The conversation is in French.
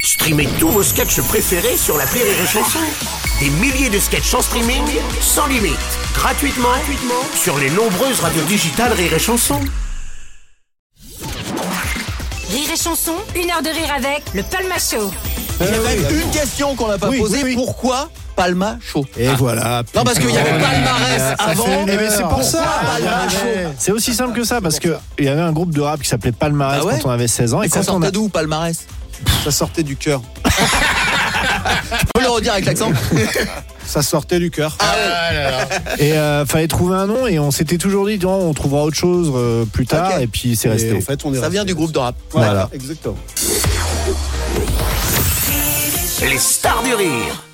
Streamez tous vos sketchs préférés sur la Rire et Chanson. Des milliers de sketchs en streaming, sans limite, gratuitement, gratuitement sur les nombreuses radios digitales Rire et Chanson. Rire et chanson, une heure de rire avec le Palma Show. Il y a Euh, quand même une question qu'on n'a pas Oui, posée. oui, oui. Pourquoi Palma chaud Et voilà. Ah. Non, parce qu'il y Ah, avait palmarès avant. Eh ben, c'est pour ça. Pourquoi Palmarès chaud C'est aussi simple que ça parce que il y avait un groupe de rap qui s'appelait Palmarès Ah ouais quand on avait 16 ans et, Et ça quand on sortait a d'où, palmarès Ça sortait du cœur. Tu peux le redire avec l'accent Ça sortait du cœur. Ah Ah et euh, fallait trouver un nom et on s'était toujours dit non, on trouvera autre chose euh, plus tard Ok. et puis c'est Et resté. en fait, on est Ça vient du groupe de rap. Voilà, Voilà. exactement. Les stars du rire.